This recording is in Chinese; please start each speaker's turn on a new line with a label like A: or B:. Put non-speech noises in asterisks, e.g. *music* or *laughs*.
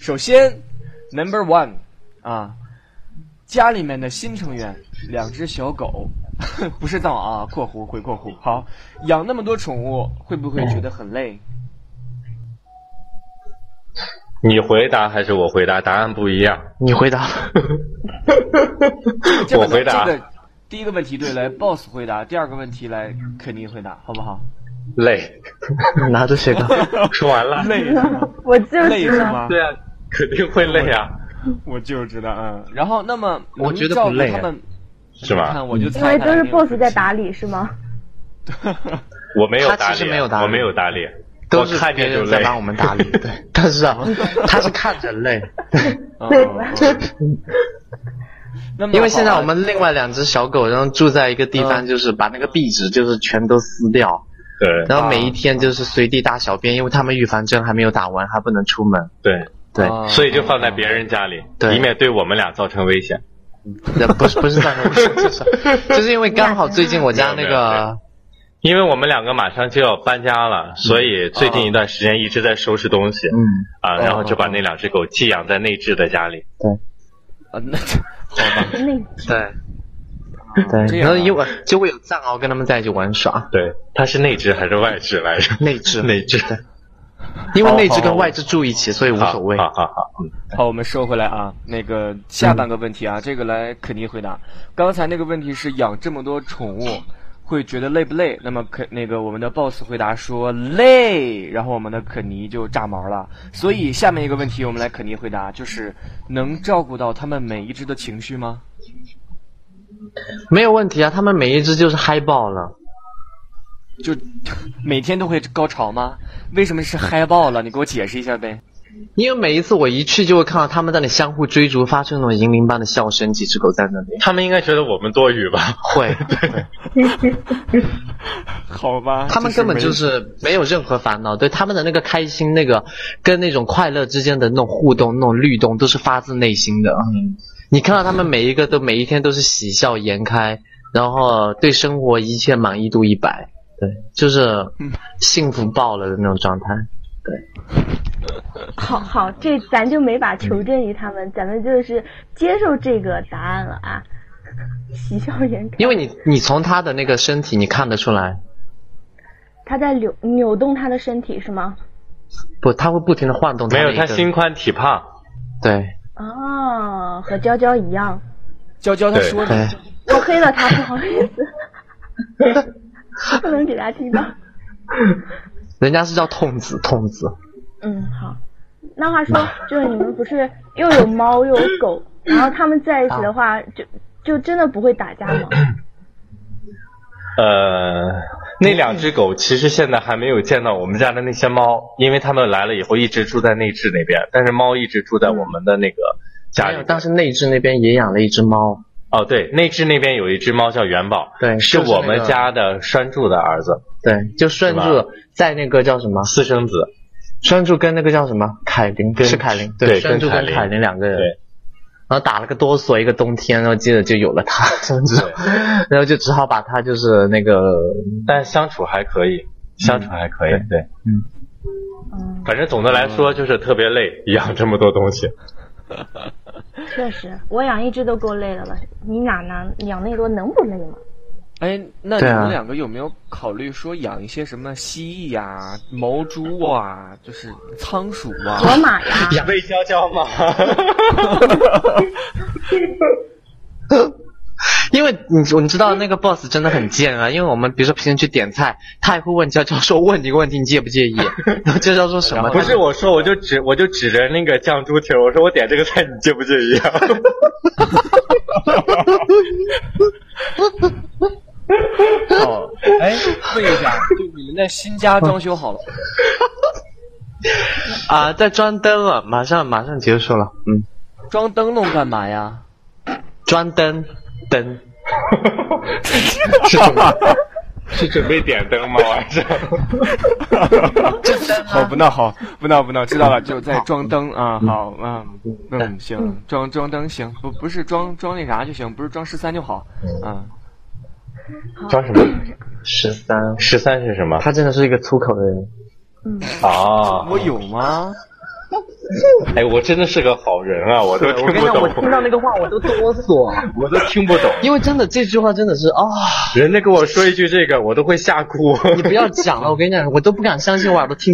A: 首先，Number One，啊，家里面的新成员，两只小狗， *laughs* 不是当啊，括弧回括弧。好，养那么多宠物，会不会觉得很累？
B: 你回答还是我回答？答案不一样。
C: 你回答吧。
A: 这
B: 我
A: 个呢
B: 回答
A: 这个第一个问题对来 boss 回答，第二个问题来肯尼回答，好不好？
B: 累，
C: *laughs* 拿着雪糕，
B: 说完了。
A: 哦累是吗？
D: 我就
A: *laughs* 累
D: 知
A: 是
D: 道，
A: 吗？
B: 对啊，肯定会累啊，
A: 我就是知道，嗯。然后，那么
C: 我觉得
A: 能照
C: 不
A: 顾
C: 累啊
A: 他们，
B: 是
A: 你
B: 吗？
A: 看我就
D: 因为
A: 猜
D: 都是 boss 在打理是吗？
B: 我没有
C: 他
B: 打
C: 其实
B: 理，
C: 没有打理
B: 我没有打理，
C: *laughs* 都是
B: 我看
C: 别
B: 见就
C: 人在
B: 累。
C: 帮我们打理。对， *laughs* 但是啊，他是看着 *laughs* 累，
A: 嗯
C: *laughs*
A: 嗯嗯那么
C: 因为现在
A: 好啊
C: 我们另外两只小狗，然后住在一个地方，
A: 嗯
C: 就是把那个壁纸就是全都撕掉，
B: 对
C: 然后每一天就是随地大小便，因为他们预防针还没有打完，还不能出门。
B: 对，
C: 嗯 *laughs* 对，
A: 啊
B: 所以就放在别人家里，
C: 哦对
B: 以免对我们俩造成危险。
C: 呃不是不是算是，就是 *laughs* 就是因为刚好最近我家那
B: 没有没有没
C: 个
B: 因为我们两个马上就要搬家了，所以最近一段时间一直在收拾东西、
C: 哦嗯。
B: 啊，
A: 嗯
B: 然后就把那两只狗寄养在内置的家里。
A: 啊，那好吧，
D: 那
C: 对，
A: 这
C: 对，然
A: 样啊
C: 后因为就会有藏獒跟他们在一起玩耍，
B: 对，它是内置还是外置来着？
C: 内置
B: 内置，
C: 因为内置跟外置住一起，所以无所谓。
B: 好好好，嗯
A: 好，我们收回来啊，那个下半个问题
C: 嗯
A: 啊，这个来肯尼回答。刚才那个问题是养这么多宠物会觉得累不累？那么肯那个我们的 boss 回答说累，然后我们的肯尼就炸毛了。所以下面一个问题我们来肯尼回答，就是能照顾到他们每一只的情绪吗？
C: 没有问题啊，他们每一只就是嗨爆了，
A: 就每天都会高潮吗？为什么是嗨爆了？你给我解释一下呗。
C: 因为每一次我一去就会看到他们在那里相互追逐，发出那种银铃般的笑声，几只狗在那 *laughs* 里
B: 他们应该觉得我们多余吧？
C: 会，对
A: 好吧，
C: 他们根本就是是没有任何烦恼，对他们的那个开心，那个跟那种快乐之间的那种互动、那种律动，都是发自内心的。
B: 嗯，
C: 你看到他们每一个都每一天都是喜笑颜开，然后对生活一切满意度一百，对，就是
A: 嗯
C: 幸福爆了的那种状态。
D: 好好，这咱就没法求证于他们，咱们就是接受这个答案了啊。 *laughs* 喜笑颜开，
C: 因为你你从他的那个身体你看得出来，
D: 他在扭扭动他的身体是吗？
C: 不，他会不停的晃动
B: 没有，
C: 那
B: 它
C: 个
B: 心宽体胖，
C: 对
D: 哦，和娇娇一样。
A: 娇娇她
B: 对
A: 说你
C: 对，
D: 我黑了他，不好意思，不能给他听到。
C: 人家是叫痛子痛子，
D: 嗯，好。那话说，就是你们不是又有猫又有狗，然后他们在一起的话，就就真的不会打架吗？
B: 呃，那两只狗其实现在还没有见到我们家的那些猫，因为它们来了以后一直住在内置那边，但是猫一直住在我们的那个家
C: 没
B: 里
C: 有。但是内置那边也养了一只猫，
B: 哦，对，内置那边有一只猫叫元宝，
C: 对
B: 是
C: 嗯就是那
B: 我
C: 个
B: 们家的栓柱的儿子，
C: 对，就顺
B: 是
C: 住在那个叫什么，
B: 私生子。
C: 拴住跟那个叫什么凯琳，
B: 跟
C: 是凯琳，
B: 对
C: 拴住
B: 跟凯
C: 跟
B: 琳
C: 凯琳两个人，
B: 对
C: 然后打了个哆嗦，一个冬天，然后接着就有了他， *laughs* 甚至
B: 对，
C: 然后就只好把他就是那个，
B: 但相处还可以，相处还可以，对，
C: 嗯，
D: 嗯，
B: 反正总的来说就是特别累，养这么多东西。
D: 确实，我养一只都够累的了，你哪能养那么多能不累吗？
A: 哎，那你
C: 对啊
A: 们两个有没有考虑说养一些什么蜥蜴呀、毛猪啊，就是仓鼠啊？
D: 河马呀，
B: 喂娇娇
C: *laughs*
B: 吗？
C: 因为你你知道那个 boss 真的很贱啊，因为我们比如说平时去点菜，他也会问娇娇说问你个问题，你介不介意？ *laughs* 然后娇娇说什么？
B: 不是，我说我就指我就指着那个酱猪蹄儿，我说我点这个菜，你介不介意啊？
A: 哦，哎，问一下，就你们那新家装修好了？
C: 啊，在装灯了，马上马上结束了，嗯，
A: 装灯笼干嘛呀？
C: 装灯灯，
B: *laughs* 是准备是准备点灯
C: *laughs*
B: 吗？晚上？
A: 好，不闹，好，不闹，不闹，知道了，就在装灯啊，好啊，嗯，行，装装灯行，不不是装装那啥就行，不是装十三就好，嗯，
B: 装什么？
C: 十三，
B: 十三是什么？
C: 他真的是一个粗口的人，
B: 哦，
A: 啊我有吗？
B: 哎，我真的是个好人啊，我都听
C: 我跟你
B: 不
C: 讲，
B: 懂
C: 我，听到那个话我都哆嗦，
B: 我都听不懂。
C: 因为真的这句话真的是啊、
B: 人家跟我说一句这个，我都会吓哭。
C: 你不要讲了，我跟你讲，我都不敢相信我耳朵听。